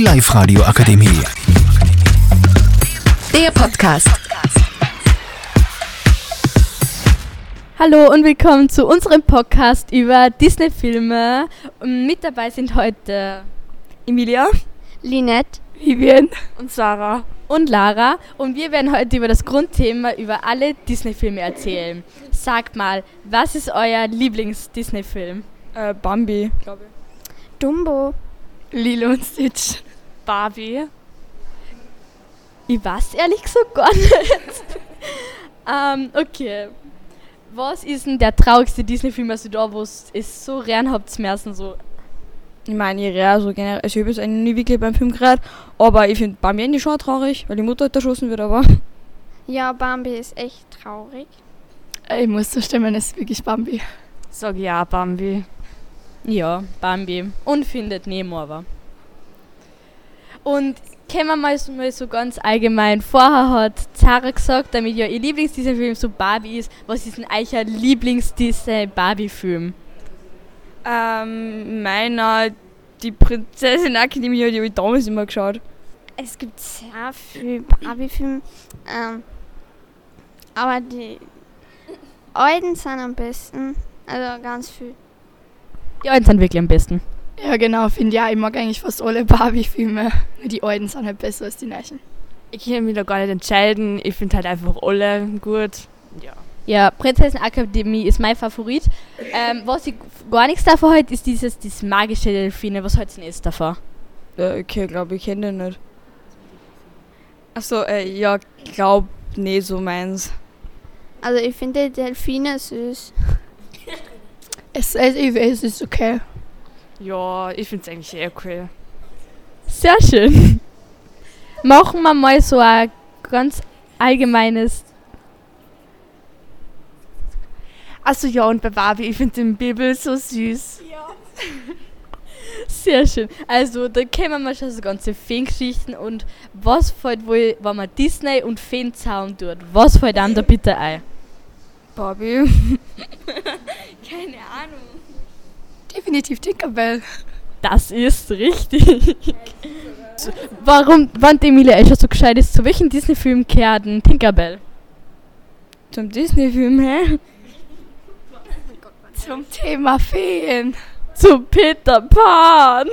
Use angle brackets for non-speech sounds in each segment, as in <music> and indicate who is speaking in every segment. Speaker 1: Live Radio Akademie.
Speaker 2: Der Podcast.
Speaker 3: Hallo und willkommen zu unserem Podcast über Disney-Filme. Und Mit dabei sind heute
Speaker 4: Emilia,
Speaker 5: Linette.
Speaker 4: Vivian und Sarah.
Speaker 3: und Lara und wir werden heute über das Grundthema über alle Disney-Filme erzählen. Sagt mal, was ist euer Lieblings-Disney-Film?
Speaker 4: Äh, Bambi, glaube ich.
Speaker 5: Dumbo.
Speaker 4: Lilo und Stitch. Barbie.
Speaker 3: Ich weiß ehrlich gesagt gar nicht. <laughs> ähm, okay. Was ist denn der traurigste Disney-Film, also da, wo es es so rein habt, Schmerzen so?
Speaker 4: Ich meine, ja, so generell. Also, ich habe jetzt eigentlich nie wirklich beim Film geredet, aber ich finde Bambi eigentlich schon traurig, weil die Mutter halt erschossen wird, aber. <laughs>
Speaker 5: Ja, Bambi ist echt traurig.
Speaker 6: Äh, Ich muss zustimmen, es ist wirklich Bambi.
Speaker 7: Sag ja, Bambi.
Speaker 3: Ja, Bambi. Und findet Nemo aber. Und können wir mal so, mal so ganz allgemein. Vorher hat Zara gesagt, damit ja ihr Lieblings-Disney-Film so Barbie ist. Was ist denn euer Lieblings-Disney-Barbie-Film?
Speaker 4: Ähm, meiner, die Prinzessin Akademie, die habe ich damals immer geschaut.
Speaker 5: Es gibt sehr viele Barbie-Filme. Ähm, aber die alten sind am besten. Also ganz viel.
Speaker 3: Die alten sind wirklich am besten.
Speaker 6: Ja, genau, finde ja, ich mag eigentlich fast alle Barbie-Filme. Nur die alten sind halt besser als die neuen.
Speaker 7: Ich kann mich da gar nicht entscheiden. Ich finde halt einfach alle gut.
Speaker 3: Ja, Prinzessenakademie ist mein Favorit. Ähm, was ich gar nichts davon halt, ist dieses, dieses magische Delfine. Was haltet ihr jetzt davon?
Speaker 4: Äh, okay, glaube ich, kenne den nicht. Achso, äh, ja, glaub, nee, so meins.
Speaker 5: Also ich finde Delfine süß.
Speaker 6: Es, es, es ist okay.
Speaker 7: Ja, ich finde es eigentlich eh cool.
Speaker 3: Sehr schön. Machen wir mal so ein ganz allgemeines
Speaker 7: Also ja, und bei Barbie, ich finde den Bibel so süß.
Speaker 3: Sehr schön. Also, da kennen wir schon so ganze Feengeschichten und was fällt wohl, wenn man Disney und Feen zusammen tut? Was fällt einem da bitte ein?
Speaker 4: Barbie.
Speaker 3: <laughs>
Speaker 6: Definitiv Tinkerbell.
Speaker 3: Das ist richtig. Warum, wann die Emilia eh schon so gescheit ist, zu welchen Disney-Film gehört denn Tinkerbell?
Speaker 4: Zum
Speaker 3: <laughs>
Speaker 4: Disney-Film, hä?
Speaker 3: Oh
Speaker 6: Zum Thema Feen.
Speaker 3: Zu Peter Pan.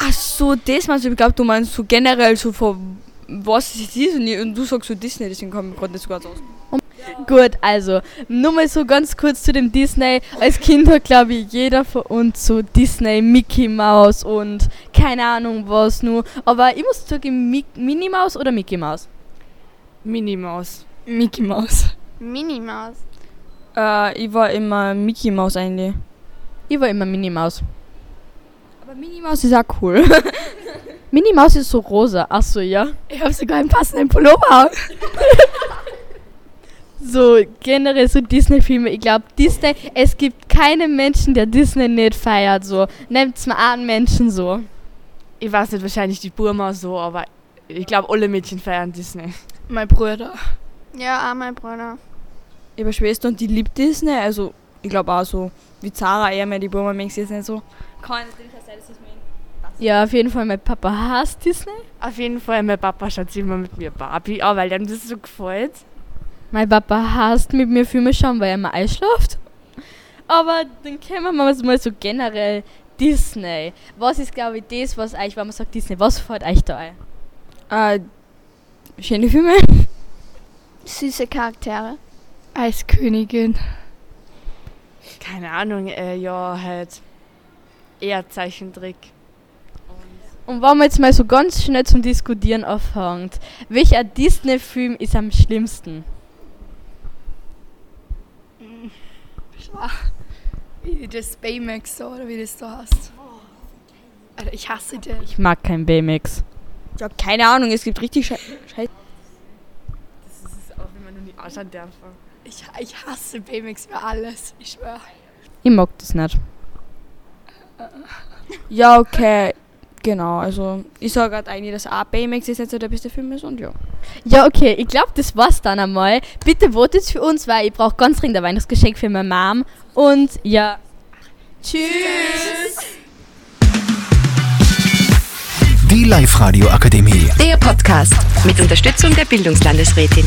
Speaker 4: Ach so, das meinst du, ich glaube, du meinst so generell so von was ist Disney und du sagst so Disney, deswegen komme ich gerade nicht so ganz aus.
Speaker 3: Gut, also, nur mal so ganz kurz zu dem Disney. Als Kind hat, glaube ich, jeder von uns so Disney, Mickey Mouse und keine Ahnung was nur. Aber ich muss zugeben, Mi Minnie Mouse oder Mickey Mouse?
Speaker 7: Minnie Maus.
Speaker 6: Mickey Mouse.
Speaker 5: Minnie Maus.
Speaker 4: Äh, ich war immer Mickey Mouse eigentlich.
Speaker 3: Ich war immer Minnie Maus.
Speaker 4: Aber Minnie Maus ist auch cool. <laughs>
Speaker 3: Minnie Maus ist so rosa. Achso, ja.
Speaker 6: Ich habe sogar einen passenden Pullover.
Speaker 3: So, generell so Disney-Filme. Ich glaube, Disney, es gibt keinen Menschen, der Disney nicht feiert. So, nehmt's mal an, Menschen so.
Speaker 7: Ich weiß nicht, wahrscheinlich die Burma so, aber ich glaube, alle Mädchen feiern Disney.
Speaker 6: Mein Bruder.
Speaker 5: Ja, auch mein Bruder.
Speaker 4: ich habe eine Schwester und die liebt Disney, also ich glaube auch so wie Zara eher mehr, die Burma Mix jetzt nicht so.
Speaker 3: Ja, auf jeden Fall, mein Papa hasst Disney.
Speaker 7: Auf jeden Fall, mein Papa schaut sich immer mit mir Barbie an, weil ihm das so gefällt.
Speaker 3: Mein Papa hasst mit mir Filme schauen, weil er immer einschlaft. Aber dann kennen wir mal so generell Disney. Was ist, glaube ich, das, was euch, wenn man sagt Disney, was fällt euch da ein?
Speaker 4: Äh, schöne Filme.
Speaker 5: Süße Charaktere.
Speaker 6: Eiskönigin.
Speaker 7: Keine Ahnung, äh, ja, halt eher Zeichentrick.
Speaker 3: Und wenn wir jetzt mal so ganz schnell zum Diskutieren anfängt, welcher Disney-Film ist am schlimmsten?
Speaker 6: Hm, Wie das Baymax so, oder wie das da heißt. Alter, ich hasse den.
Speaker 3: Ich mag keinen Baymax.
Speaker 4: Ich habe keine Ahnung, es gibt richtig Scheiße.
Speaker 7: Das ist auch, wenn man nur nie anschauen darf.
Speaker 6: Ich, ich hasse Baymax für alles. Ich schwöre.
Speaker 3: Ich mag das nicht.
Speaker 4: Ja, okay. Genau, also ich sage halt eigentlich, dass auch Baymax jetzt nicht so der beste Film ist und ja.
Speaker 3: Ja, okay, ich glaube, das war's dann einmal. Bitte votet für uns, weil ich brauche ganz dringend ein Weihnachtsgeschenk für meine Mom. Und ja. Tschüss.
Speaker 1: Die Die Live-Radio Akademie.
Speaker 2: Der Podcast mit Unterstützung der Bildungslandesrätin.